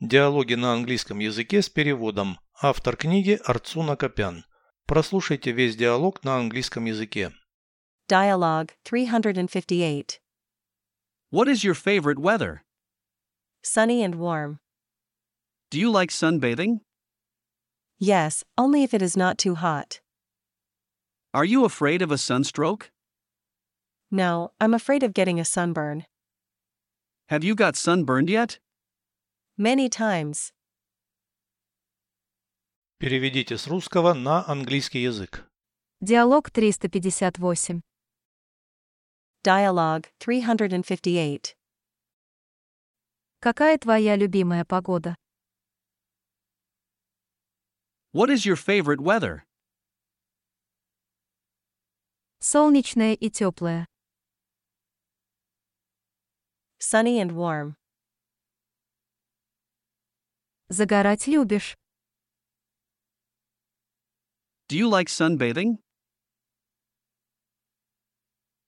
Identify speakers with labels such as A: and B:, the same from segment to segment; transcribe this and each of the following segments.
A: Диалоги на английском языке с переводом. Автор книги Арцуна Копян. Прослушайте весь диалог на английском языке.
B: Dialogue 358.
C: What is your favorite weather?
B: Sunny and warm.
C: Do you like sunbathing?
B: Yes, only if it is not too hot.
C: Are you afraid of a sunstroke?
B: No, I'm afraid of getting a sunburn.
C: Have you got sunburned yet?
B: Many times.
A: Переведите с русского на английский язык.
D: Диалог 358.
B: Dialogue 358.
D: Какая твоя любимая погода?
C: What is your favorite weather?
D: Солнечная и теплая.
B: Sunny and warm.
D: Загорать любишь?
C: Do you like sunbathing?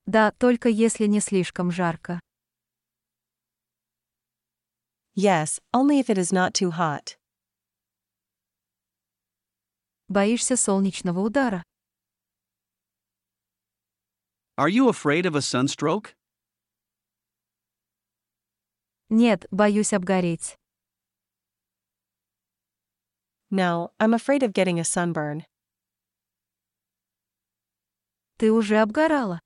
D: Да, только если не слишком жарко.
B: Yes, only if it is not too hot.
D: Боишься солнечного удара?
C: Are you afraid of a sunstroke?
D: Нет, боюсь обгореть.
B: No, I'm afraid of getting a sunburn.
D: Ты уже обгорала?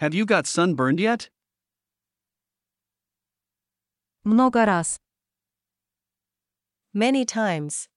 C: Have you got sunburned yet?
D: Много раз.
B: Many times.